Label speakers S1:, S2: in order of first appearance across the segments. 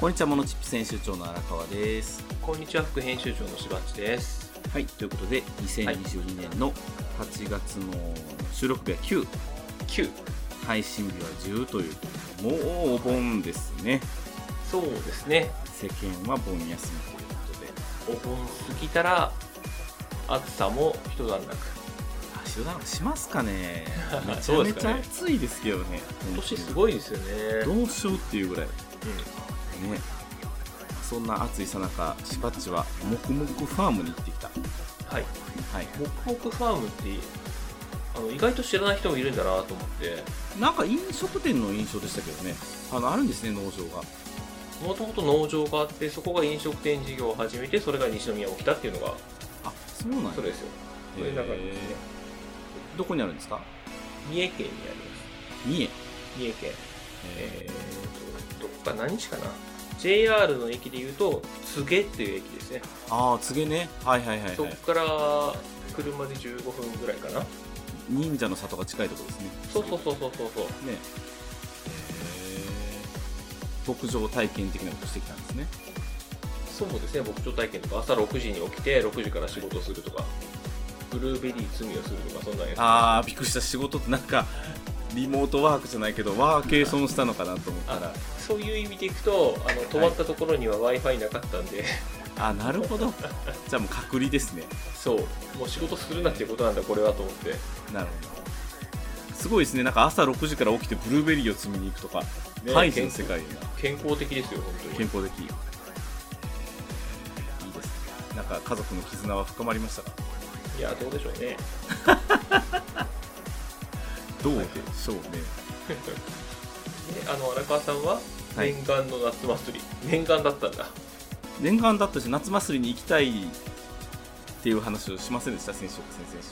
S1: こんにちはモノチップ編集長の荒川です
S2: こんにちは副編集長のしばっちです。
S1: はいということで2022年の8月の収録日は9
S2: 9
S1: 配信日は10ということでもうお盆ですね
S2: そうですね。
S1: 世間は盆休みということで
S2: お盆過ぎたら暑さも一段落。
S1: あ集団しますか ねめち
S2: そ
S1: ゃ
S2: うで
S1: め
S2: す
S1: ち
S2: か
S1: ゃ
S2: ね
S1: 暑いですけどね
S2: 今年す
S1: い
S2: ごいですよね。
S1: どうしようっていうぐらいねそんな暑いさなかしばっちはもくもくファームに行ってきた
S2: はい。
S1: はい
S2: モクモクファームってあの意外と知らない人もいるんだなと思って。
S1: なんか飲食店の印象でしたけどねあのあるんですね農場が
S2: もともと農場があってそこが飲食店事業を始めてそれが西宮起きたっていうのが
S1: あそうなんや
S2: それですよ。
S1: へ
S2: そういう中ですね
S1: えどこにあるんですか
S2: 三重県にあり
S1: 三重
S2: ます。三重県。え
S1: え
S2: ーと、どこか何市かな JR の駅でいうと柘植っていう駅ですね、
S1: ー、ああ告げねはいはいはい、
S2: そ
S1: は
S2: こ
S1: い、
S2: から車で15分ぐらいかな
S1: 忍者の里が近いところですね
S2: そうそうそうそうそうそう
S1: ねへえ牧場体験的なことしてきたんですね
S2: そうですね牧場体験とか朝6時に起きて6時から仕事するとかブルーベリー摘みをするとかそんなんやつ
S1: あーびっくりした仕事ってなんかリモートワークじゃないけどワーケーションしたのかなと思ったら
S2: そういう意味でいくとあの泊まったところには w i f i なかったんで、
S1: あなるほどじゃあもう隔離ですね
S2: そうもう仕事するなっていうことなんだこれはと思って
S1: なるほどすごいですねなんか朝6時から起きてブルーベリーを摘みに行くとか、
S2: ね
S1: ハイジの世界が
S2: 健康的ですよ本当
S1: 健
S2: に
S1: 康的いいですねなんか家族の絆は深まりましたか
S2: いやどうでしょうね
S1: どうでしょうね
S2: であの荒川さんは
S1: はい
S2: 念願の夏祭り、念願だったんだ
S1: 念願だったし夏祭りに行きたいっていう話をしませんでした先週か先々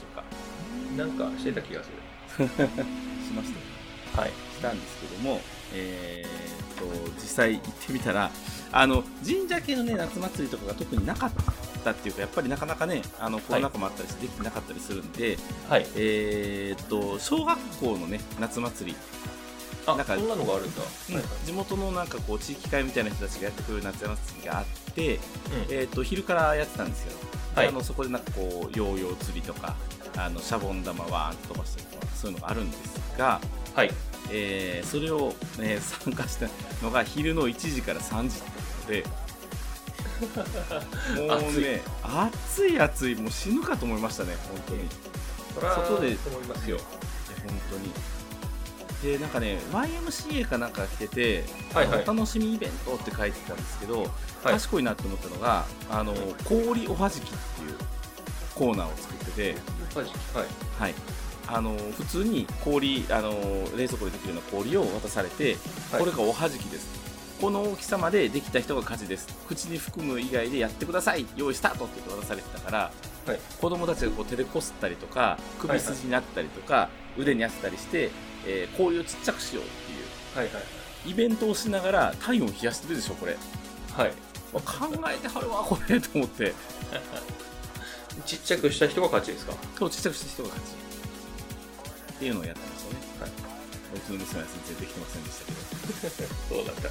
S1: 週か
S2: なんかしてた気がす
S1: しましたよ
S2: るはい
S1: したんですけども、えーっと実際行ってみたらあの神社系の、ね、夏祭りとかが特になかったっていうかやっぱりなかなかねあのコロナ禍もあったりしてできてなかったりするんで、
S2: はい
S1: えーっと小学校の、ね、夏祭り、
S2: あ
S1: なんか
S2: そんなのがあるんだ、はい
S1: 地元のなんかこう地域会みたいな人たちがやってくる夏祭りがあって、
S2: うん
S1: えーっと昼からやってたんですよ、で
S2: はい
S1: あのそこでなんかこうヨーヨー釣りとかあのシャボン玉ワーンと飛ばしたりとかそういうのがあるんですが。
S2: はい
S1: えーそれを、えー 参加したのが昼の1時から3時 というのでもうね暑い暑いもう死ぬかと思いましたね本当にいや
S2: そら
S1: 外で
S2: 思いますよ
S1: 本当にでなんかね YMCA かなんか来てて、
S2: はいはい
S1: あのお楽しみイベントって書いてたんですけど、
S2: はい
S1: 賢いなって思ったのがあの氷おはじきっていうコーナーを作ってて
S2: はいはい
S1: はい、あの普通に氷あの冷蔵庫でできるような氷を渡されて、
S2: はい
S1: これがおはじきですこの大きさまでできた人が勝ちです口に含む以外でやってください用意スタートって言って渡されてたから、
S2: はい
S1: 子供たちがこう手でこすったりとか首筋になったりとか、腕に汗たりして、えー氷をちっちゃくしようって
S2: はいはい
S1: いうイベントをしながら体温冷やしてるでしょこれ
S2: はい
S1: わ考えてはるわこれと思って
S2: ちっちゃくした人が勝ちですか
S1: そうちっちゃくした人が勝ちっていうのをやってましたね
S2: はいう
S1: ちの娘は全然できてませんでしたけど
S2: そうだった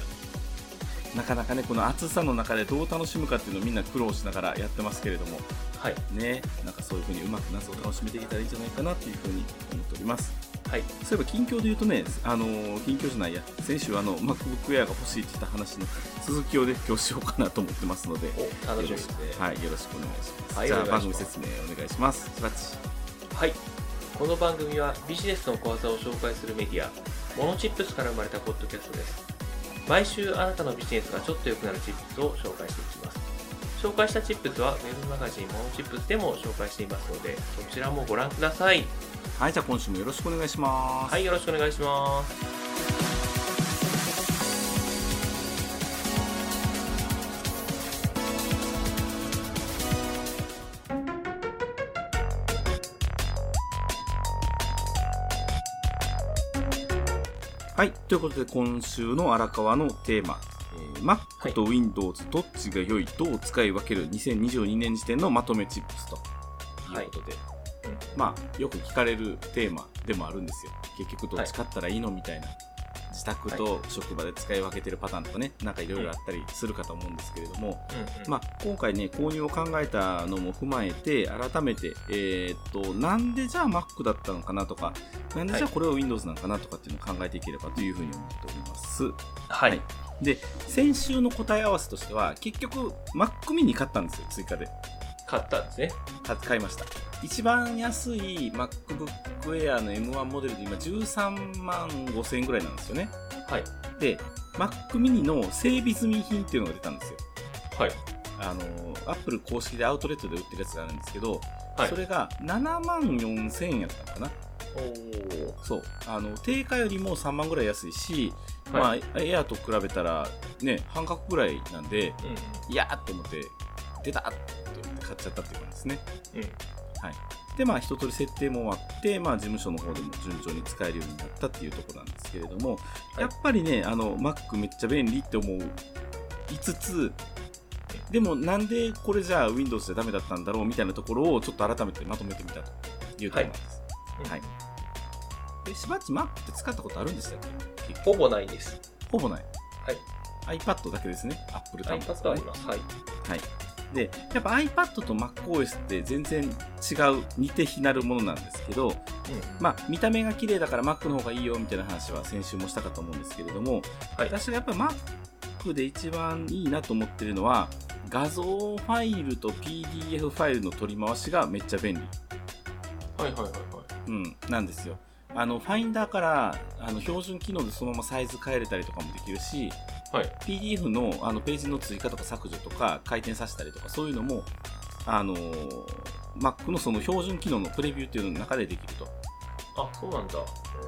S1: なかなかねこの暑さの中でどう楽しむかっていうのをみんな苦労しながらやってますけれども
S2: はい
S1: ねなんかそういう風にうまく夏を楽しめていけたらいいんじゃないかなっていう風に思っております
S2: はい
S1: そういえば近況で言うとねあのー近況じゃないや先週あの MacBookAir が欲しいって言った話の続きをね今日しようかなと思ってますのでよ
S2: お楽しみ
S1: ろ
S2: で
S1: し
S2: す
S1: く
S2: ね
S1: はいよろしくお願いします、
S2: はい
S1: じゃあ
S2: お願
S1: 番
S2: いし
S1: 組
S2: ます
S1: 説明お願いしますスラッチ
S2: はい、この番組はビジネスの小技を紹介するメディアモノチップスから生まれたポッドキャストです毎週あなたのビジネスがちょっと良くなるチップスを紹介していきます紹介したチップスはウェブマガジンモノチップスでも紹介していますのでそちらもご覧ください
S1: はいじゃあ今週もよろしくお願いします
S2: はいよろしくお願いします
S1: はい、ということで今週の荒川のテーマ、えー
S2: は
S1: Mac
S2: い
S1: と Windows どっちが良い、どう使い分ける2022年時点のまとめチップスということで、
S2: うん
S1: まあよく聞かれるテーマでもあるんですよ結局どっち買ったらいいのみたいな自宅と職場で使い分けてるパターンとかね、なんかいろいろあったりするかと思うんですけれども、
S2: うんうん
S1: まあ、今回ね、購入を考えたのも踏まえて、改めて、えーっと、なんでじゃあ Mac だったのかなとか、なんでじゃあこれを Windows なのかなとかっていうのを考えていければというふうに思っております。
S2: はい、
S1: はいで、先週の答え合わせとしては、結局、Mac mini 買ったんですよ、追加で。
S2: 買ったんですね。
S1: 買買いました。一番安い MacBook Air の M1 モデルで今13万5000円ぐらいなんですよね。
S2: はい、
S1: で、Mac mini の整備済み品っていうのが出たんですよ。
S2: はい、
S1: あの、Apple 公式でアウトレットで売ってるやつがあるんですけど、
S2: はい
S1: それが7万4000円やったのかな。
S2: おお、
S1: そう。あの、定価よりも3万ぐらい安いし、
S2: はい
S1: まあ、エアーと比べたら、ね、半額ぐらいなんで、
S2: うんうん
S1: いやーって思って、出たって思って買っちゃったっていう感じですね。
S2: うん
S1: で、まあ、一通り設定も終わって、まあ、事務所の方でも順調に使えるようになったっていうところなんですけれども、
S2: い
S1: やっぱりね、あの、Mac めっちゃ便利って思う。5つ、でもなんでこれじゃあ Windows じゃダメだったんだろうみたいなところをちょっと改めてまとめてみたというところなんです。
S2: はい
S1: はい。で、しばっち Mac って使ったことあるんでしたっけ結構
S2: ほぼないです。
S1: ほぼない。iPad だけですね。Apple 端末
S2: iPad あります。はい、
S1: はい、でやっぱ iPad と MacOS って全然違う似て非なるものなんですけど、
S2: うん、
S1: まあ、見た目が綺麗だから Mac の方がいいよみたいな話は先週もしたかと思うんですけれども、
S2: はい
S1: 私がやっぱ Mac で一番いいなと思ってるのは画像ファイルと PDF ファイルの取り回しがめっちゃ便利、
S2: はいはいはいはい。
S1: うん、なんですよ。あのファインダーからあの標準機能でそのままサイズ変えれたりとかもできるし、
S2: はい
S1: PDF のあのページの追加とか削除とか回転させたりとかそういうのも、あのー Mac のその標準機能のプレビューっていうのの中でできると。
S2: あ、そうなんだ。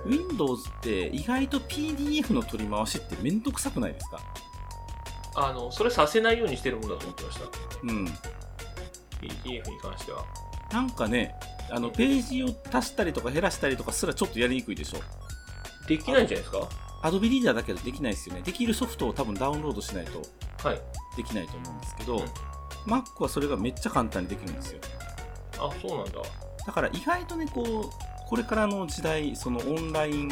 S1: Windows って意外と PDF の取り回しってめんどくさくないですか
S2: あの、それさせないようにしてるものだと思ってました。
S1: うん。
S2: PDF に関しては。
S1: なんかね、あのページを足したりとか減らしたりとかすらちょっとやりにくいでしょ。
S2: できないんじゃないですか
S1: Adobe Reader だけどできないですよね。できるソフトを多分ダウンロードしないと
S2: はい。
S1: できないと思うんですけど、
S2: うん
S1: Mac はそれがめっちゃ簡単にできるんですよ。
S2: あ、そうなんだ。
S1: だから意外とねこうこれからの時代そのオンライン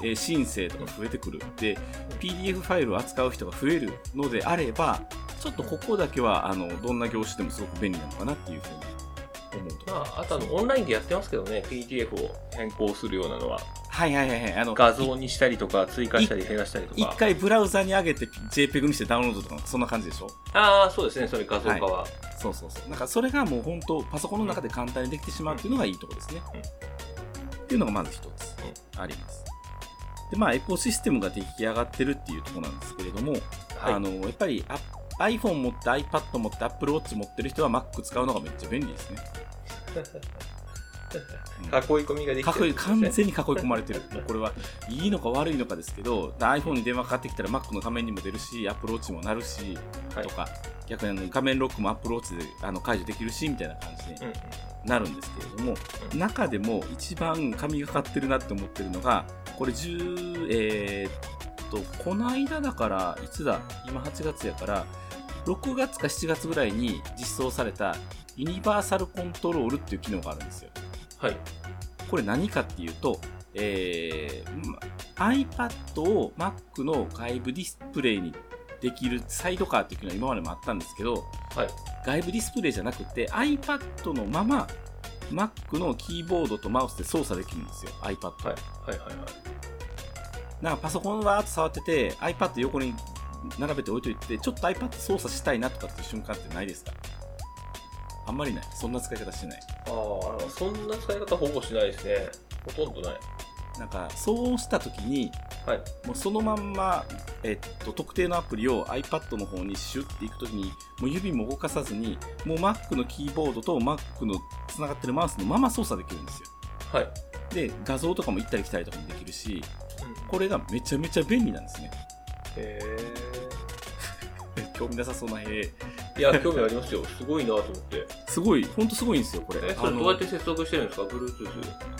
S1: えー申請とか増えてくるで PDF ファイルを扱う人が増えるのであればちょっとここだけはあのどんな業種でもすごく便利なのかなっていうふうに思うと
S2: まあ、あとあの、オンラインでやってますけどね、PDF を変更するようなのは。
S1: はいはいはいはいあの
S2: 画像にしたりとか、追加したり減らしたりと
S1: 一
S2: か。
S1: 回ブラウザに上げて JPEG にしてダウンロードとかそんな感じでしょ
S2: ああ、そうですね、それ画像化は。
S1: そうそうそうなんかそれがもう本当パソコンの中で簡単にできてしまうっていうのがいいところですね、
S2: うん
S1: っていうのがまず一つありますでまあエコシステムが出来上がってるっていうところなんですけれども、
S2: はい。
S1: あのやっぱりあ iPhone 持って iPad 持って AppleWatch 持ってる人は Mac 使うのがめっちゃ便 利ですね、うん
S2: 囲い込みができ
S1: か
S2: て
S1: こ
S2: る
S1: い
S2: んです
S1: 完
S2: ね
S1: 全に囲い込まれてる、もうこれはいいのか悪いのかですけど、だ iPhone に電話かかってきたら Mac の画面にも出るし、Apple Watch にもなるし、
S2: はい
S1: とか、逆にあの画面ロックも Apple Watch であの解除できるしみたいな感じに
S2: うんうん
S1: なるんですけれども、
S2: うん
S1: 中でも一番神がかってるなって思ってるのがこれ10えーっとこの間だからいつだ今8月やから6月か7月ぐらいに実装されたユニバーサルコントロールっていう機能があるんですよ
S2: はい。
S1: これ何かっていうと、えーま iPad を Mac の外部ディスプレイにできるサイドカーっていうのは今までもあったんですけど、
S2: はい
S1: 外部ディスプレイじゃなくて iPad のまま Mac のキーボードとマウスで操作できるんですよ iPad、
S2: はい。はいはいはい。
S1: なんかパソコンわーっと触ってて iPad 横に並べて置いといてちょっと iPad 操作したいなとかっていう瞬間ってないですかあんまりないそんな使い方してない
S2: ああ、そんな使い方ほぼしないですね。ほとんどない。
S1: なんかそうした時に
S2: はい。
S1: もうそのまんま、えっと、特定のアプリを iPad の方にシュッていくときに、もう指も動かさずに、もう Mac のキーボードと Mac のつながってるマウスのまま操作できるんですよ。
S2: はい。
S1: で、画像とかも行ったり来たりとかもできるし、
S2: うん
S1: これがめちゃめちゃ便利なんですね。
S2: へ
S1: 興味なさそうな絵。
S2: え。いや、興味ありますよ。すごいなと思って。
S1: すごい、ほんとすごいんですよ、これ。
S2: え、そ
S1: あ
S2: れどうや
S1: の
S2: って接続してるんですか ?Bluetooth。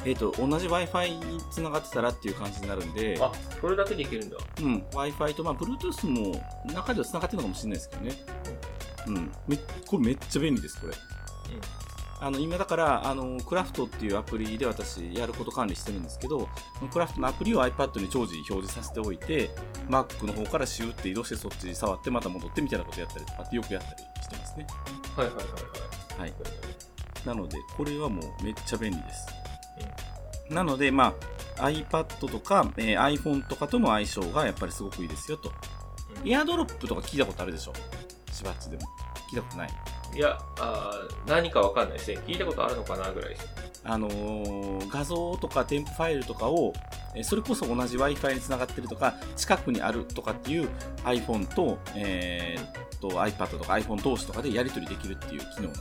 S1: えっと、同じ Wi-Fi につながってたらっていう感じになるんで、
S2: あ、それだけでいけるんだ。
S1: うん、Wi-Fi と、まあ、Bluetooth も中ではつながってるのかもしれないですけどね。うん、めこれめっちゃ便利です、これ。あの今だからあのクラフトっていうアプリで私やること管理してるんですけどクラフトのアプリを iPad に常時表示させておいて Mac の方からシューって移動してそっち触ってまた戻ってみたいなことやったりとかってよくやったりしてますね
S2: はいはいはい
S1: はい
S2: はい。
S1: なのでこれはもうめっちゃ便利ですなのでまあ iPad とか、えー iPhone とかとも相性がやっぱりすごくいいですよと
S2: うん
S1: エアドロップとか聞いたことあるでしょしばっちでも聞いたことない
S2: いや、あー何かわかんないですね。聞いたことあるのかなぐらいです。
S1: あのー画像とか添付ファイルとかを、えーそれこそ同じ Wi-Fi につながってるとか、近くにあるとかっていう iPhone と,、えーっと iPad とか iPhone 同士とかでやり取りできるっていう機能なんですよ。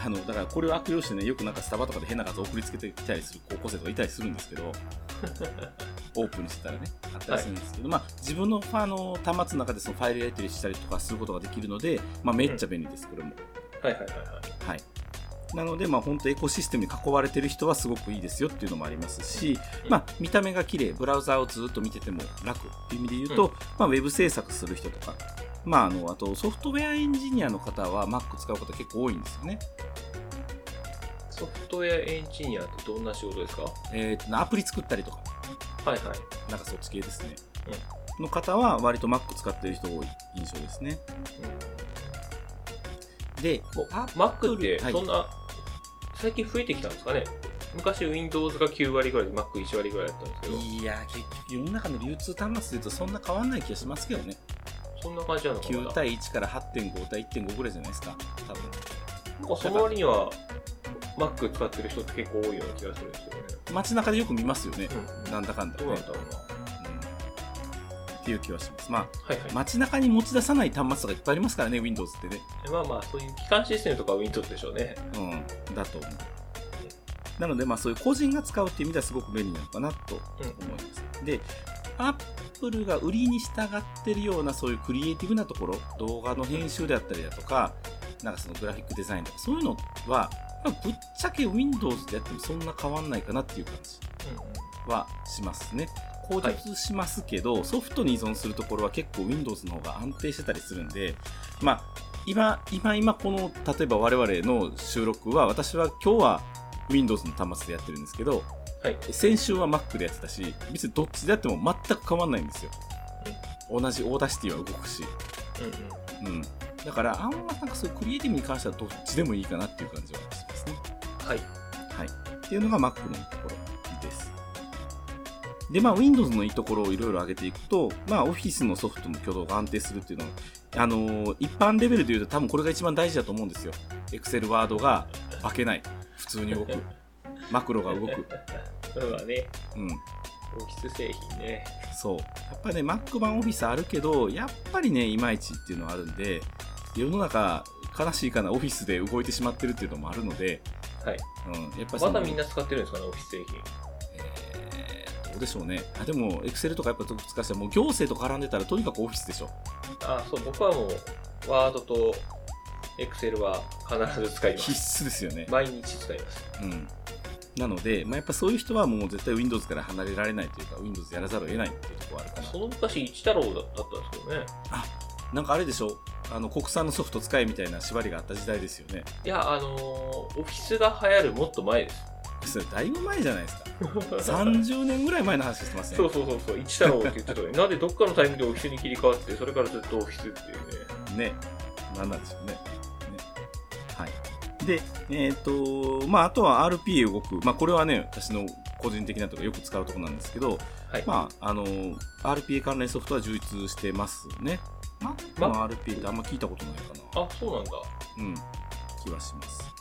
S1: あのだからこれを悪用してね、よくなんかスタバとかで変な画像送りつけてきたりする高校生とかいたりするんですけど、オープンにしてたらね、あったりするんですけど、まあ、自分のあの端末の中でそのファイルやり取りしたりとかすることができるので、まあ、めっちゃ便利です、これも。
S2: はいはいはいはい。
S1: はい、なので、まあ、本当エコシステムに囲われてる人はすごくいいですよっていうのもありますし、まあ、見た目が綺麗ブラウザーをずっと見てても楽っていう意味で言うと、
S2: うん
S1: まあ、ウェブ制作する人とか、まあ、あのあとソフトウェアエンジニアの方は Mac 使う方結構多いんですよね、
S2: ソフトウェアエンジニアってどんな仕事ですかは
S1: えーとアプリ作ったりとか
S2: いはい。
S1: なんかそっち系ですね、の方は割と Mac 使ってる人多い印象ですねで
S2: マックって
S1: はい
S2: そんな、最近増えてきたんですかね昔 Windows が9割ぐらいで Mac1 割ぐらいだったんですけど、
S1: いや結局世の中の流通端末でいうとそんな変わんない気がしますけどね
S2: そんな感じなのかな
S1: 9対1から8.5対1.5ぐらいじゃないですか多分
S2: なんかその割には Mac 使ってる人って結構多いような気がするんですよね。
S1: 街中でよく見ますよね、
S2: うん
S1: なんだかんだ
S2: ど
S1: ね、
S2: う
S1: う
S2: な
S1: ん、っ
S2: んだろうな。
S1: ていう気はしますま
S2: はいはい
S1: あ。街中に持ち出さない端末とかいっぱいありますからね Windows ってね
S2: まあまあ、そういう機関システムとかは Windows でしょうね。
S1: うんだと思うなのでまあそういう個人が使うっていう意味ではすごく便利なのかなと思います、でアップルが売りに従ってるようなそういうクリエイティブなところ動画の編集であったりだとかなんかそのグラフィックデザインとかそういうのはまあぶっちゃけ Windows でやってもそんな変わんないかなっていう感じはしますね。口述しますけど、ソフトに依存するところは結構 Windows の方が安定してたりするんで、まあ、今、今、今、この、例えば我々の収録は、私は今日は Windows の端末でやってるんですけど、
S2: はい
S1: 先週は Mac でやってたし、別にどっちでやっても全く変わんないんですよ。同じオーダーシティは動くし。
S2: うんうん。うんうん。
S1: うん。だから、あんまなんかそういうクリエイティブに関してはどっちでもいいかなっていう感じはしますね。
S2: はい。
S1: はい、っていうのが Mac のいいところです。で、まあ、Windows のいいところをいろいろ上げていくと、まあ、Office のソフトの挙動が安定するっていうのは、あのー一般レベルで言うと多分これが一番大事だと思うんですよ。Excel、Word が化けない。普通に動く。マクロが動く。
S2: それはね、
S1: うん。
S2: オフィス製品ね。
S1: そう。やっぱね、Mac 版 Office あるけど、やっぱりね、いまいちっていうのはあるんで、世の中、悲しいかな、Office で動いてしまってるっていうのもあるので、
S2: はい。
S1: うん。やっぱり
S2: まだみんな使ってるんですかね、オフィス製品。
S1: えーどうでしょうね。あでも、エクセルとかやっぱ特化したら、もう行政と絡んでたらとにかくオフィスでしょ。
S2: あ、そう、僕はもう、ワードとエクセルは必ず使いま
S1: 必
S2: す。
S1: 須ですよね。
S2: 毎日使います。
S1: うん。なので、まあ、やっぱそういう人はもう絶対 Windows から離れられないというか、Windows やらざるを得ないっていうところはあるかな。
S2: その昔、一太郎だったんですけどね。
S1: なんかあれでしょあの、国産のソフト使えみたいな縛りがあった時代ですよね。
S2: いや、あのーオフィスが流行るもっと前です。
S1: それだいぶ前じゃない ですか。30年ぐらい前の話してますね。
S2: そうそうそうそう、一太郎って言ってたのに、なんでどっかのタイミングでオフィスに切り替わって、それからずっとオフィスっていうね。
S1: ね、なんなんでしょうね。ねはい。で、えっ、と、まあ、あとは RPA 動く。まあ、これはね、私の個人的なとかよく使うところなんですけど、
S2: はい。
S1: まあ、あの、RPA 関連ソフトは充実してますね。まあ、
S2: ま
S1: の RPA ってあんま聞いたことないかな。
S2: あ、そうなんだ。
S1: うん、気はします。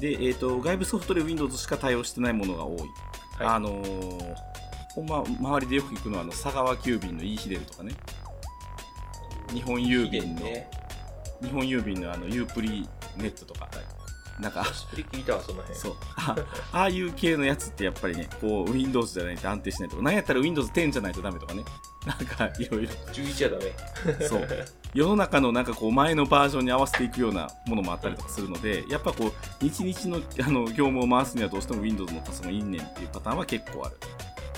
S1: で、えっ、と、外部ソフトで Windows しか対応してないものが多い。
S2: はい
S1: あのーほんま、周りでよく行くのは、あの、佐川急便の E ヒデルとかね、日本郵便の
S2: ね。
S1: 日本郵便のあのユープリネットとか、なんか、
S2: しっくり聞いたわ、その辺。
S1: そう、あああいう系のやつってやっぱりね、こう、Windows じゃないと安定しないとか、なんやったら Windows10 じゃないとダメとかね、なんかいろい
S2: 11はダメ。
S1: ろ、そう、世の中のなんかこう、前のバージョンに合わせていくようなものもあったりとかするので、やっぱこう、日々のあの業務を回すにはどうしても Windows のパソコンいいねんっていうパターンは結構ある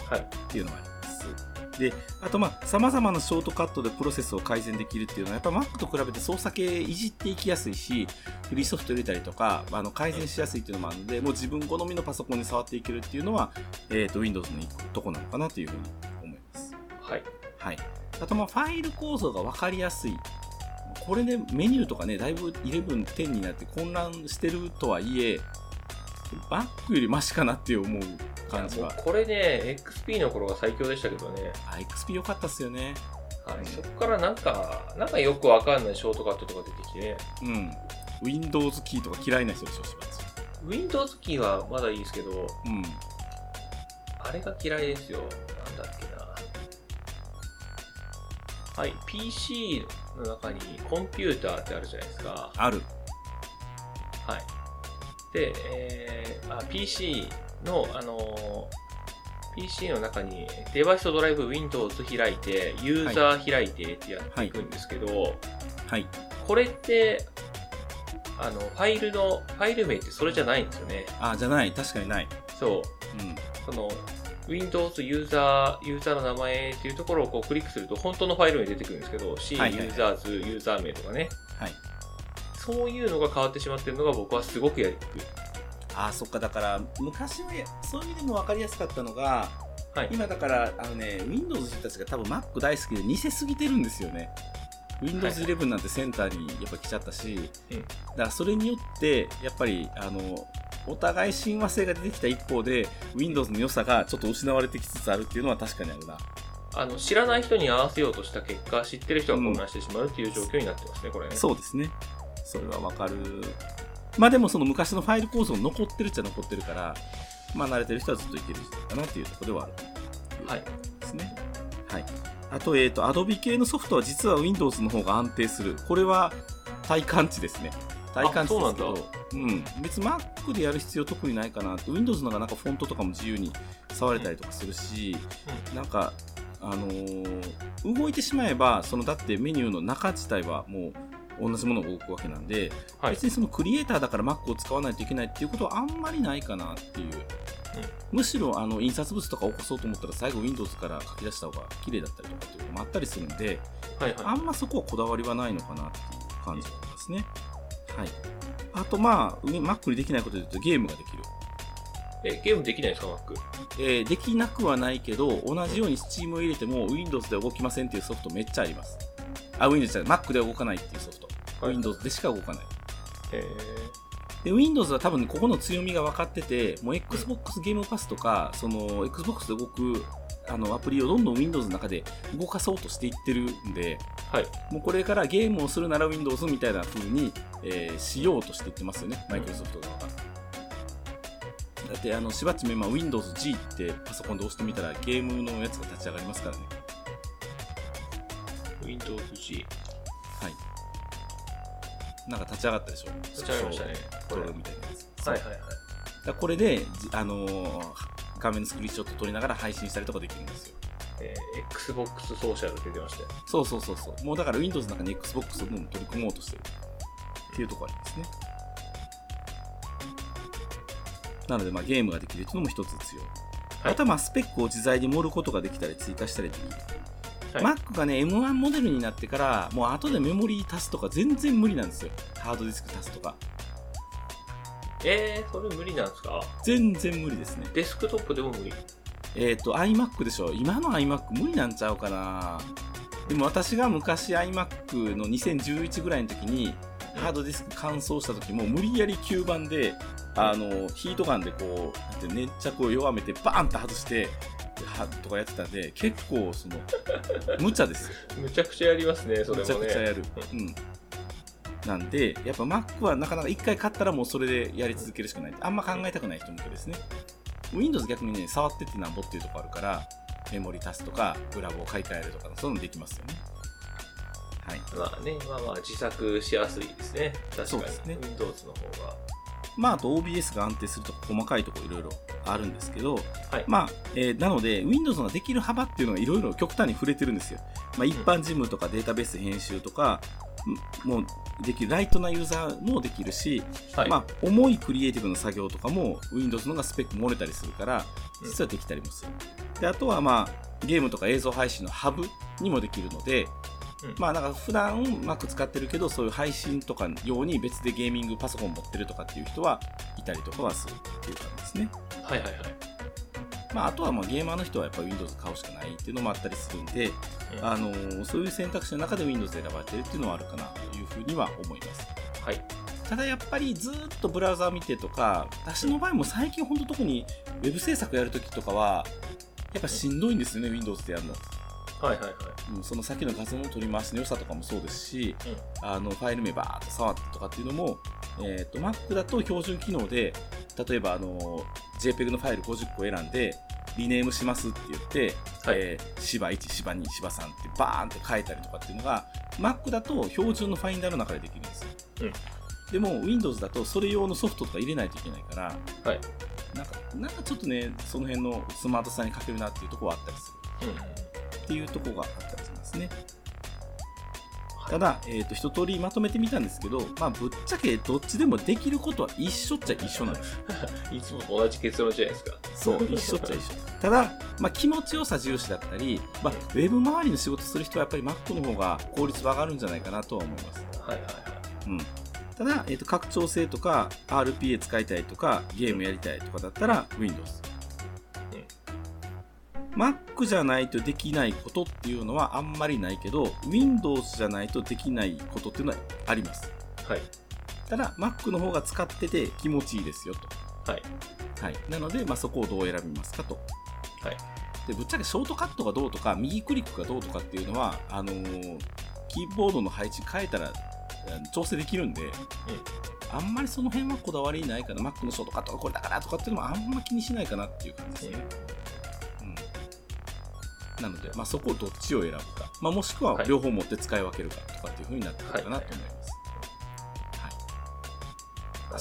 S2: はい。
S1: っていうのがあります。であとまあさまざまなショートカットでプロセスを改善できるっていうのはやっぱ Mac と比べて操作系いじっていきやすいしフリーソフト入れたりとかあの改善しやすいっていうのもあるのでもう自分好みのパソコンに触っていけるっていうのは、えー、と Windows のいいとこなのかなというふうに思います。
S2: はい。
S1: はい、あとまあファイル構造が分かりやすいこれでメニューとかねだいぶ11、10になって混乱してるとはいえバックよりマシかなって思う感じ
S2: もう
S1: は
S2: これね、XP の頃が最強でしたけどね。
S1: あ XP 良かったっすよね
S2: はい。そこからなんか、なんかよくわかんないショートカットとか出てきてね。
S1: うん Windows キーとか嫌いな人でしょしばらく
S2: Windows キーはまだいいですけど、
S1: うん
S2: あれが嫌いですよ。なんだっけな。はい。PC の中にコンピューターってあるじゃないですか。
S1: ある
S2: はい。で、えーあ PC の、あのー PC の中にデバイスとドライブ Windows 開いて、ユーザー開いてってやっていくんですけど、
S1: はい
S2: これって、あの、ファイルの、ファイル名ってそれじゃないんですよね。
S1: あじゃない確かにない
S2: そう。
S1: うん
S2: その、Windows ユーザー、ユーザーの名前っていうところをこうクリックすると本当のファイル名出てくるんですけど、C、ユ
S1: はいはいはい
S2: ーザーズ、ユーザー名とかね。
S1: はい
S2: そういうのが変わってしまってるのが僕はすごくやりにくい。
S1: あそっかだから昔はそういう意味でも分かりやすかったのが
S2: はい。
S1: 今だからあのね Windows の人たちが多分 Mac 大好きで似せすぎてるんですよね Windows 11なんてセンターにやっぱ来ちゃったし、
S2: うん
S1: だからそれによってやっぱりあのお互い親和性が出てきた一方で Windows の良さがちょっと失われてきつつあるっていうのは確かにあるな
S2: あの知らない人に合わせようとした結果、知ってる人が混乱してしまうっていう状況になってますね、これね。
S1: そうですねそれはわかるまあでもその昔のファイル構造残ってるっちゃ残ってるからまあ慣れてる人はずっといけるかなっていうところではある
S2: はい。
S1: ですね。はい。あと、えっ、と、Adobe 系のソフトは実は Windows の方が安定する。これは体感値ですね。体感値ですけ
S2: あ
S1: ど。うん。別に Mac でやる必要特にないかなって。Windows の方がなんかフォントとかも自由に触れたりとかするし、なんか、あのー動いてしまえば、そのだってメニューの中自体はもう同じものが動くわけなんで、
S2: はい
S1: 別にそのクリエイターだから Mac を使わないといけないっていうことはあんまりないかなっていう、むしろあの印刷物とか起こそうと思ったら最後 Windows から書き出した方が綺麗だったりとかっていうこともあったりするんで
S2: はい
S1: あ
S2: は
S1: んまそこはこだわりはないのかなっていう感じがありますね、はい、あとまあう Mac にできないことで言うとゲームができる、
S2: い。え、ゲームできないですか、Mac?
S1: えーできなくはないけど同じように Steam を入れても Windows で動きませんっていうソフトめっちゃありますあ Windows じゃない Mac では動かないっていうソフト、
S2: はい
S1: Windows でしか動かない
S2: え
S1: で Windows は多分ねここの強みが分かってて、もう Xbox ゲームパスとか、その Xbox で動くあのアプリをどんどん Windows の中で動かそうとしていってるんで、
S2: はい
S1: もうこれからゲームをするなら Windows みたいな風に、えーしようとしていってますよね、マイクロソフト側が。だってあのしばっちも今 Windows G ってパソコンで押してみたらゲームのやつが立ち上がりますからね。
S2: ー、Windows G。
S1: はい。なんか立ち上がったでしょ
S2: 立ち上がりましたね。これ。
S1: そう
S2: はい
S1: みたいなやつ。
S2: はいはい。
S1: だからこれで、じあのー画面のスクリーンショット撮りながら配信したりとかできるんですよ。
S2: えー、Xbox ソーシャル出てましたよ。
S1: そうそうそうそう。もうだから Windows の中に Xbox をどんどん取り組もうとしてるっていうところありますね。なので、まあ、ゲームができるっていうのも一つ強い。
S2: はい
S1: あとはまあスペックを自在に盛ることができたり追加したりできる。
S2: はい
S1: Mac がね、M1 モデルになってから、もう後でメモリー足すとか全然無理なんですよ。ハードディスク足すとか。
S2: えー、それ無理なんですか
S1: 全然無理ですね。
S2: デスクトップでも無理。
S1: えっ、と、iMac でしょ。今の iMac 無理なんちゃうかな。でも私が昔 iMac の2011ぐらいの時に、ハードディスク乾燥した時も無理やり吸盤で、あの、ヒートガンでこう、なんていうの粘着を弱めてバーンと外して、はとかやってたんで、結構その、無茶ですよ。
S2: むちゃくちゃやりますね、それ
S1: めちゃ
S2: も
S1: くちゃ
S2: ね。
S1: やる。うん。なんで、やっぱ Mac はなかなか一回買ったらもうそれでやり続けるしかない。あんま考えたくない人向けですね。Windows 逆にね、触ってってなんぼっていうとこあるから、メモリ足すとか、グラボを買い替えるとか、そういうのできますよね。はい。
S2: まあね、まあまあ自作しやすいですね。確か
S1: そう
S2: に。
S1: ですね
S2: Windows の方が。
S1: まあ、あと OBS が安定するとか細かいところいろいろあるんですけど、
S2: はい
S1: まあ、えーなので Windows のできる幅っていうのがいろいろ極端に触れてるんですよ。まあ、一般事務とかデータベース編集とか、んもうできるライトなユーザーもできるし、
S2: はい。
S1: まあ、重いクリエイティブの作業とかも Windows のがスペック漏れたりするから
S2: うん
S1: 実はできたりもする、であとはまあゲームとか映像配信のハブにもできるので、
S2: うん
S1: まあなんか普段 Mac 使ってるけどそういう配信とか用に別でゲーミングパソコン持ってるとかっていう人はいたりとかはするっていう感じですね。
S2: はいはいはい。
S1: まあ、あとはまあゲーマーの人はやっぱ Windows 買うしかないっていうのもあったりするんで、
S2: うん
S1: あのーそういう選択肢の中で Windows 選ばれてるっていうのはあるかなというふうには思います。
S2: はい。
S1: ただやっぱりずっとブラウザ見てとか、私の場合も最近本当特に Web 制作やるときとかは、やっぱしんどいんですよね、Windows でやるの。
S2: はいはいはい。
S1: うん、その先の画像の取り回しの良さとかもそうですし、
S2: う
S1: あのファイル名バーっと触ってとかっていうのも、えー、と Mac だと標準機能で例えばあの JPEG のファイル50個選んでリネームしますって言って、
S2: はい
S1: えー、芝1、芝2、芝3ってバーンって変えたりとかっていうのが Mac だと標準のファインダーの中でできるんですよ、
S2: うん
S1: でも Windows だとそれ用のソフトとか入れないといけないから、
S2: はい
S1: なんかなんかちょっとねその辺のスマートさに欠けるなっていうところはあったりする
S2: うんうんうん。
S1: っていうところがあったりしますね。ただ、えー、と一通りまとめてみたんですけど、まあ、ぶっちゃけどっちでもできることは一緒っちゃ一緒なんです。
S2: いつもと同じ結論じゃないですか。
S1: そう、 一緒っちゃ一緒。ただ、まあ、気持ちよさ重視だったり、まあ、ウェブ周りの仕事する人はやっぱり Mac の方が効率は上がるんじゃないかなとは思います。
S2: はいはいはい。
S1: うん。ただ、えー、と拡張性とか RPA 使いたいとかゲームやりたいとかだったら Windows。Mac じゃないとできないことっていうのはあんまりないけど Windows じゃないとできないことっていうのはあります。
S2: はい。
S1: ただ Mac の方が使ってて気持ちいいですよと。
S2: はい。
S1: はい、なので、まあ、そこをどう選びますかと。
S2: はい
S1: でぶっちゃけショートカットがどうとか右クリックがどうとかっていうのはあのーキーボードの配置変えたらあの調整できるんで、あんまりその辺はこだわりないから Mac のショートカットがこれだからとかっていうのもあんま気にしないかなっていう感じですね。うん、なので、まあ、そこをどっちを選ぶか、まあ、もしくは
S2: はい
S1: 両方持って使い分けるかとかっていうふうになってくるかなと思いま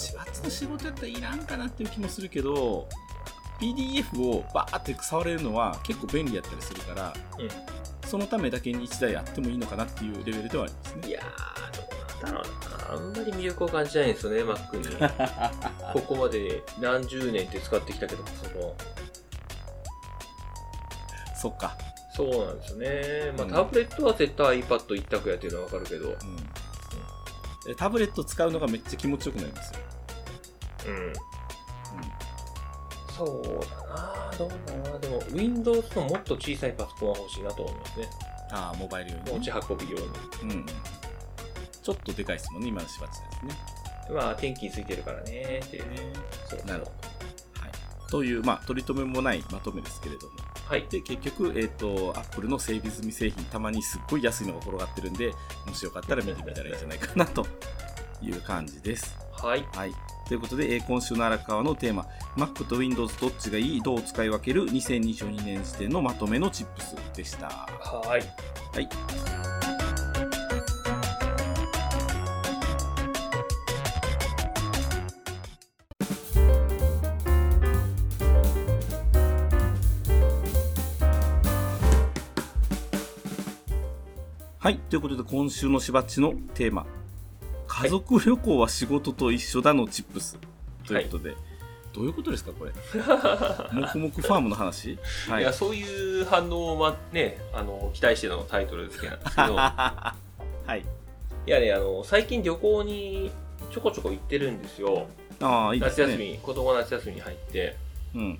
S1: す。はい始末の仕事やったらいらんかなっていう気もするけど PDF をバーって触れるのは結構便利やったりするから、そのためだけに1台あってもいいのかなっていうレベルではありますね
S2: いやー、どうなんだろうな。あんまり魅力を感じないんですよね、Mac に。 ここまで何十年って使ってきたけども、その、
S1: そっか、
S2: そうなんですよね。まあ、
S1: うん
S2: タブレットは絶対 iPad 一択やっていうのはわかるけど、
S1: うん、タブレット使うのがめっちゃ気持ちよくなりますよ、
S2: うん。そうだなどうだろうなでも、Windows のもっと小さいパソコンは欲しいなと思いますね。
S1: ああモバイル
S2: 持
S1: 用に
S2: ち
S1: ね、
S2: 運び用に。
S1: うんうん、ちょっとでかいですもんね今のしばちですね
S2: まあ、天気についてるからねっていうね。そう
S1: なるほはい、という、まあ、取り留めもないまとめですけれども
S2: はい。
S1: で結局、えー、とアップルの整備済み製品たまにすっごい安いのが転がってるんでもしよかったら見てみたらいいんじゃないかなという感じです。
S2: はい。
S1: はい、ということで、えー今週の荒川のテーマ「Mac と Windows どっちがいいどう使い分ける2022年時点のまとめのチップス」でした。
S2: はい。、
S1: はいはい、ということで今週のしばっちのテーマ「家族旅行は仕事と一緒だ」のチップスということで、どういうことですかこれ 黙々ファームの話はい
S2: や、そういう反応を、ま、ね、あの、期待してのタイトルですけど、 い
S1: はい
S2: やね、あの、最近旅行にちょこちょこ行ってるんですよ。
S1: ああいいです
S2: 夏
S1: ね
S2: 休み、子供夏休みに入って、
S1: うん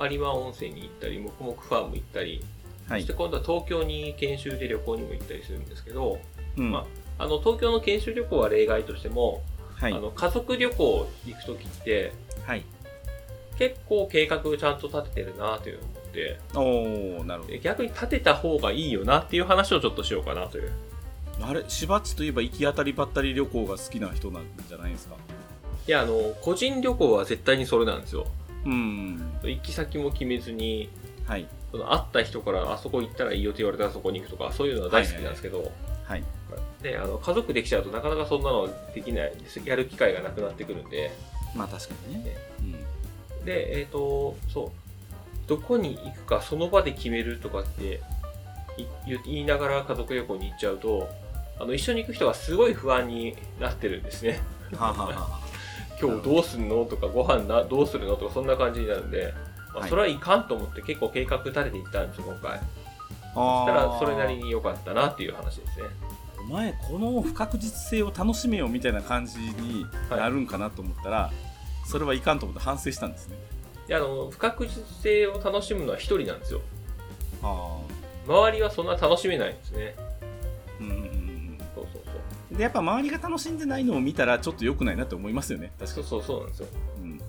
S2: 有馬温泉に行ったり、もくもくファーム行ったり、
S1: は
S2: そし
S1: い
S2: て、今度は東京に研修で旅行にも行ったりするんですけど、
S1: うん
S2: まあの、東京の研修旅行は例外としても、
S1: はい
S2: あの、家族旅行行くときって、
S1: はい
S2: 結構計画ちゃんと立ててるなというのを思って、
S1: おおなるほ
S2: で逆に立てた方がいいよなっていう話をちょっとしようかなという。
S1: どあれしばっちといえば行き当たりばったり旅行が好きな人なんじゃないですか
S2: いや、あの、個人旅行は絶対にそれなんですよ。
S1: うん
S2: 行き先も決めずに、
S1: はい
S2: その会った人からあそこ行ったらいいよって言われたらそこに行くとか、そういうのは大好きなんですけど、
S1: はい
S2: であの家族できちゃうとなかなかそんなのできないんです。やる機会がなくなってくるんで。
S1: まあ確かにね
S2: ねで、えっ、と、そう、どこに行くかその場で決めるとかってい言言いながら家族旅行に行っちゃうと、あの一緒に行く人がすごい不安になってるんですね。
S1: うんはあはあはあ
S2: 今日どうすんのとか、ご飯などうするのとか、そんな感じになるんで、まあ
S1: はい
S2: それはいかんと思って結構計画立てていったんですよ、今回。
S1: あ
S2: た
S1: ー
S2: らそれなりに良かったなっていう話ですね。
S1: お前この不確実性を楽しめよみたいな感じになるんかなと思ったら、それはいかんと思って反省したんですね
S2: であの不確実性を楽しむのは一人なんですよ。
S1: あ
S2: 周りはそんな楽しめないんですね。
S1: あうんうんうん
S2: そうそうそう。
S1: うんでやっぱ周りが楽しんでないのを見たらちょっと良くないなって思いますよね確
S2: そ
S1: か
S2: うそうそうなんですよ。
S1: に、うん、なる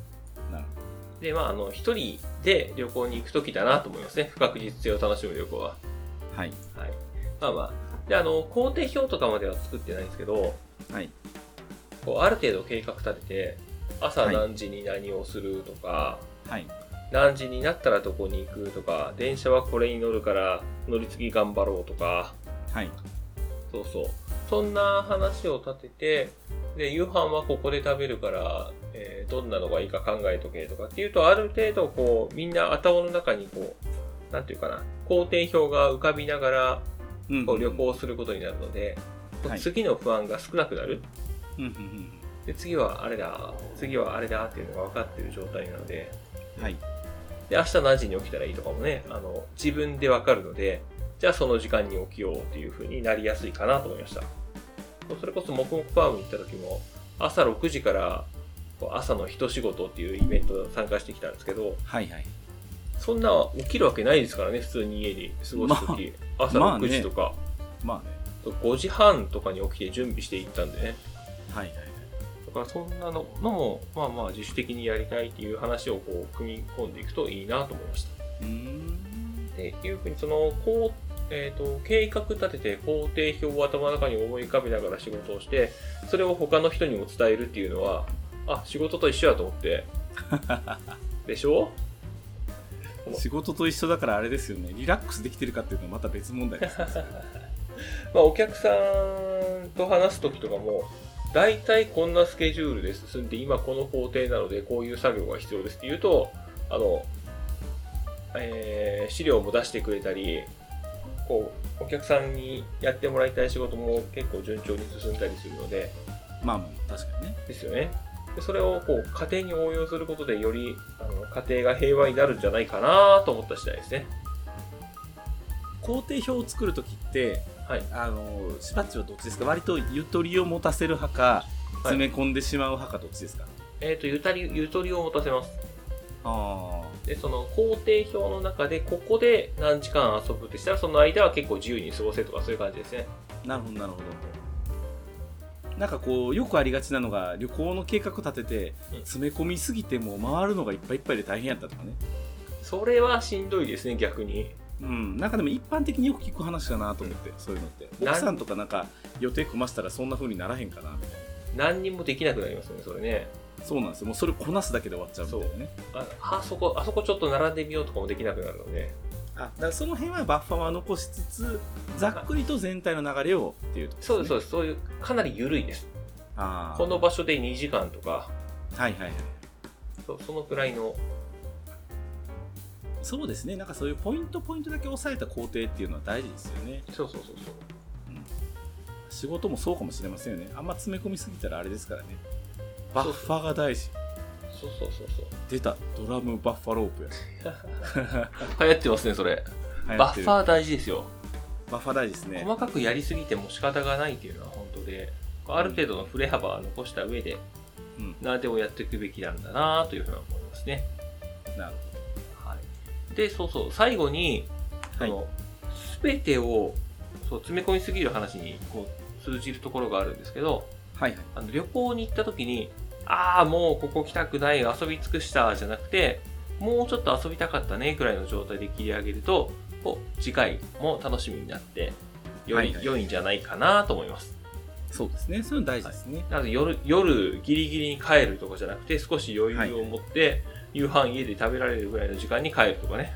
S1: ほど
S2: で、まあ、あの、一人で旅行に行くときだなと思いますね。不確実性を楽しむ旅行は。
S1: はい
S2: はい。まあまあ。で、あの、工程表とかまでは作ってないんですけど、
S1: はい
S2: こうある程度計画立てて、朝
S1: はい
S2: 何時に何をするとか、
S1: はい
S2: 何時になったらどこに行くとか、電車はこれに乗るから乗り継ぎ頑張ろうとか、
S1: はい
S2: そうそう。そんな話を立てて、で、夕飯はここで食べるから、えーどんなのがいいか考えとけとかっていうと、ある程度こう、みんな頭の中にこう、なんていうかな、工程表が浮かびながら、
S1: うん
S2: こう旅行をすることになるので、こう
S1: はい
S2: 次の不安が少なくなる。
S1: うんうんうん
S2: で、次はあれだ、次はあれだっていうのが分かってる状態なので、
S1: うんはい
S2: で、明日何時に起きたらいいとかもね、あの、自分でわかるので、じゃあその時間に起きようっていう風になりやすいかなと思いました。それこそ、もくもくファームに行った時も、朝6時から、こう朝の一仕事っていうイベントに参加してきたんですけど、
S1: はいはい
S2: そんな起きるわけないですからね、普通に家に過ごす時、朝
S1: まあ
S2: 6時とか、
S1: まあね
S2: 5時半とかに起きて準備していったんでね。
S1: はいはいはい
S2: だからそんなののも、まあまあ自主的にやりたいっていう話をこう、組み込んでいくといいなと思いました。
S1: うーん
S2: でいうふうにそのこう、えー、と計画立てて工程表を頭の中に思い浮かべながら仕事をしてそれを他の人にも伝えるっていうのはあ仕事と一緒やと思ってでしょ
S1: 仕事と一緒だからあれですよねリラックスできてるかっていうのはまた別問 題ですね
S2: まあお客さんと話す時とかも大体こんなスケジュールで進んで今この工程なのでこういう作業が必要ですって言うとあの、えー資料も出してくれたりこうお客さんにやってもらいたい仕事も結構順調に進んだりするので
S1: まあまあ確かにね
S2: ですよねでそれをこう家庭に応用することでよりあの家庭が平和になるんじゃないかなと思った次第ですね
S1: 工程表を作るときって
S2: はい
S1: あのしばっちはどっちですか割とゆとりを持たせる派か詰め込んでしまう派かどっちですか、
S2: えっ、とゆたりゆとりを持たせます
S1: あ
S2: でその工程表の中でここで何時間遊ぶってしたらその間は結構自由に過ごせとかそういう感じですね
S1: あなるほどなるほどなんかこうよくありがちなのが旅行の計画立てて
S2: うん
S1: 詰め込みすぎてもう回るのがいっぱいいっぱいで大変やったとかね
S2: それはしんどいですね逆に
S1: うんなんかでも一般的によく聞く話だなと思って、そういうのって
S2: なん
S1: 奥さんとかなんか予定組ませたらそんな風にならへんかなみたい
S2: 何にもできなくなりますよねそれね
S1: なそうなんですよもうそれこなすだけで終わっちゃうみたいなね
S2: ああそこあそこちょっと並んでみようとかもできなくなるので
S1: あだからその辺はバッファーは残しつつざっくりと全体の流れをっていうとこ
S2: そうですそう
S1: う
S2: ですそういうかなり緩いです
S1: あー
S2: この場所で2時間とか
S1: はいはいはい
S2: そうそのくらいの
S1: そうですねなんかそういうポイントポイントだけ押さえた工程っていうのは大事ですよね
S2: そうそうそうそう
S1: 仕事もそうかもしれませんよねあんま詰め込みすぎたらあれですからねバッファーが大事
S2: そうそうそうそう
S1: 出たドラムバッファロープや
S2: 流行ってますねそれ
S1: 流行
S2: バ
S1: っ
S2: ッフ
S1: てる
S2: ァー大事ですよ
S1: バッファー大事ですね
S2: 細かくやりすぎても仕方がないっていうのは本当である程度の振れ幅は残した上で
S1: うん
S2: 何でもやっていくべきなんだなというふうに思いますね、
S1: なる
S2: はい、でそうそう最後に
S1: ほ
S2: そ
S1: ど
S2: の、全てをそう詰め込みすぎる話にこう通じるところがあるんですけど
S1: はい、はいはい
S2: あの旅行に行った時にああもうここ来たくない遊び尽くしたじゃなくてもうちょっと遊びたかったねぐらいの状態で切り上げるとこう次回も楽しみになってよ
S1: はい
S2: り
S1: はい
S2: 良いんじゃないかなと思います。
S1: そうですねそういうの大事ですね、
S2: なので夜夜ギリギリに帰るとかじゃなくて少し余裕を持って夕飯家で食べられるぐらいの時間に帰るとかね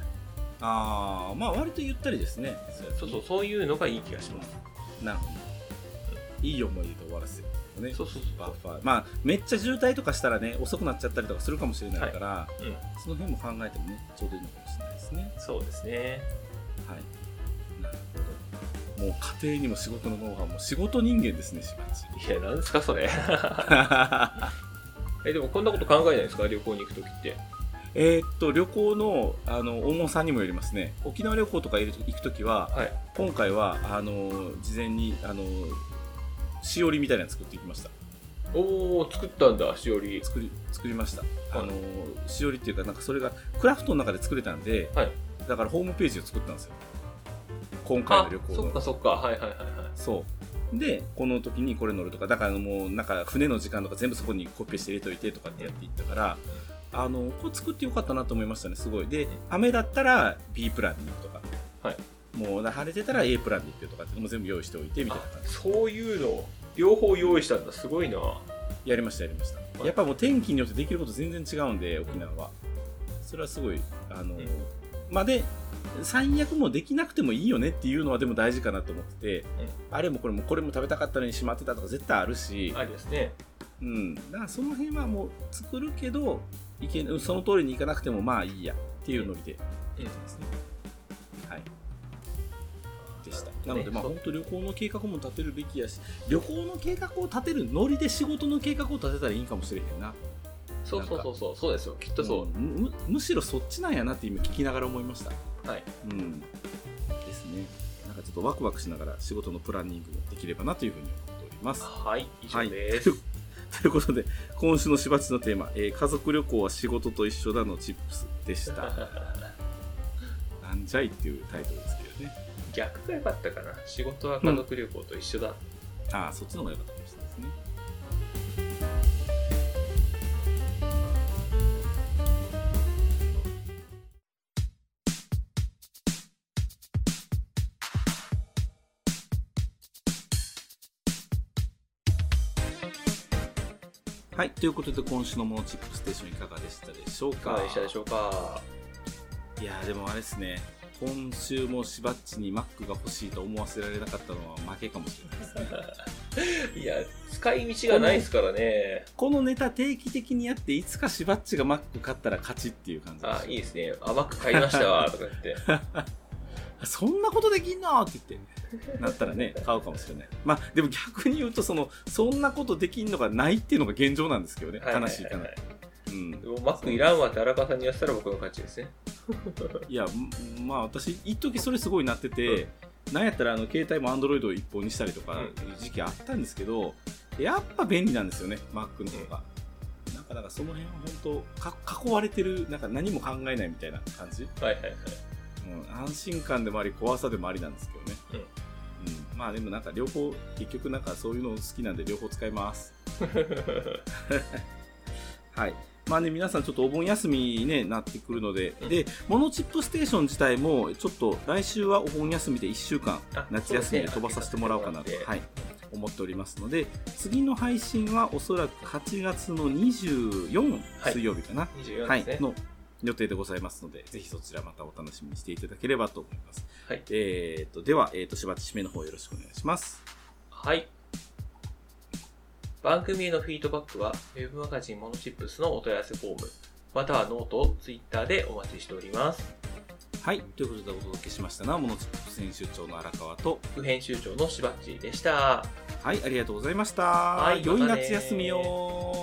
S1: ああまあ割とゆったりですね
S2: そうそうそういうのがいい気がします。
S1: なるほどいい思い出で終わらせるね
S2: そうそう
S1: バ
S2: そう
S1: ッファーまあめっちゃ渋滞とかしたらね遅くなっちゃったりとかするかもしれないから、
S2: いうん
S1: その辺も考えてもねちょうどいいのかもしれないですね
S2: そうですね
S1: はいなるほどもう家庭にも仕事のノウハウも仕事人間ですねしばち
S2: いや何ですかそれえでもこんなこと考えないですか旅行に行く時って
S1: えーっと旅行のあの重さにもよりますね沖縄旅行とかいる行く時は、
S2: はい
S1: 今回はあの事前にあのしおりみたいなの作ってきました
S2: おお作ったんだしおり
S1: 作り作りました、
S2: はい
S1: あのしおりっていうかなんかそれがクラフトの中で作れたんで、
S2: はい
S1: だからホームページを作ったんですよ今回の旅行
S2: あそっ
S1: の
S2: かそっかはいはいはいはい
S1: そうでこの時にこれ乗るとかだからもうなんか船の時間とか全部そこにコピーして入れといてとかってやっていったからあのこれ作ってよかったなと思いましたねすごいで雨だったら B プランに行くとか、
S2: はい
S1: もう晴れてたら A プランに行くとかってもう全部用意しておいてみたいな
S2: あ
S1: 感じ
S2: そういうのを両方用意したんだすごいな
S1: やりましたやりました、やっぱもう天気によってできること全然違うんで沖縄はそれはすごいあの、
S2: うん
S1: まあで最悪もうできなくてもいいよねっていうのはでも大事かなと思ってて、あれもこれもこれも食べたかったのにしまってたとか絶対あるし、
S2: ありですね
S1: うん、だからその辺はもう作るけどいけその通りにいかなくてもまあいいやっていうノリでやってますね、はいでしたなのでまあ
S2: そう
S1: 本当旅行の計画も立てるべきやし旅行の計画を立てるノリで仕事の計画を立てたらいいんかもしれへんな
S2: そうそうそうそうそうですよきっとそう、
S1: んむむむしろそっちなんやなって今聞きながら思いました
S2: はい
S1: うんですねなんかちょっとワクワクしながら仕事のプランニングもできればなというふうに思っております
S2: はい以
S1: は
S2: 上
S1: い、
S2: です、
S1: という ということで今週のしばちのテーマ、えー家族旅行は仕事と一緒だ」のチップスでした なんじゃいっていうタイトルですけどね
S2: 逆が良かったかな仕事は家族旅行と一緒だ、
S1: ああそっちの方が良かったかもしれないですねはい。ということで、今週のモノチップステーションいかがでしたでしょう
S2: い
S1: か
S2: かがでしたでしょうか
S1: いやーでもあれですね今週もしばっちにマックが欲しいと思わせられなかったのは負けかもしれないです ね
S2: いや使い道がないですからね
S1: このネタ定期的にやっていつかしばっちがマック勝ったら勝ちっていう感じで
S2: あ
S1: す
S2: いいですね甘く買いました わとか言って
S1: そんなことできんのって言ってなったら ね買うかもしれないまあでも逆に言うとそのそんなことできんのがないっていうのが現状なんですけどね
S2: ははは
S1: 悲しいかなりうん
S2: もうマックいらんわって荒川さんに言わせたら僕の勝ちですね
S1: いやんまあ私一時それすごいなってて、なんやったらあの携帯もアンドロイド一本にしたりとかいう時期あったんですけど、やっぱ便利なんですよね Mac の方が、なんかだからその辺は本当か囲われてるなんか何も考えないみたいな感じ、
S2: はい はいはい
S1: うん、安心感でもあり怖さでもありなんですけどね、
S2: うん
S1: うんまあでもなんか両方結局なんかそういうの好きなんで両方使いますはい。まあね、皆さんちょっとお盆休みに、ね、なってくるので、
S2: うん
S1: で、モノチップステーション自体も、ちょっと来週はお盆休みで1週間、
S2: あ
S1: 夏休みで飛ばさせてもらおうかなと、はい、思っておりますので、次の配信はおそらく8月の24、
S2: はい
S1: 水曜日かな、は
S2: 24
S1: い
S2: ですね、、
S1: の予定でございますので、ぜひそちらまたお楽しみにしていただければと思います。
S2: はい
S1: えー、と、では、えー、と、しばっち締めの方よろしくお願いします。
S2: はい。番組へのフィードバックは、ウェブマガジンモノチップスのお問い合わせフォーム、またはノート、ツイッターでお待ちしております。
S1: はい、ということでお届けしましたのは、モノチップス編集長の荒川と、
S2: 副編集長のしばっちでした。
S1: はい、ありがとうございました。
S2: はい
S1: 良い
S2: またね
S1: 夏休みを。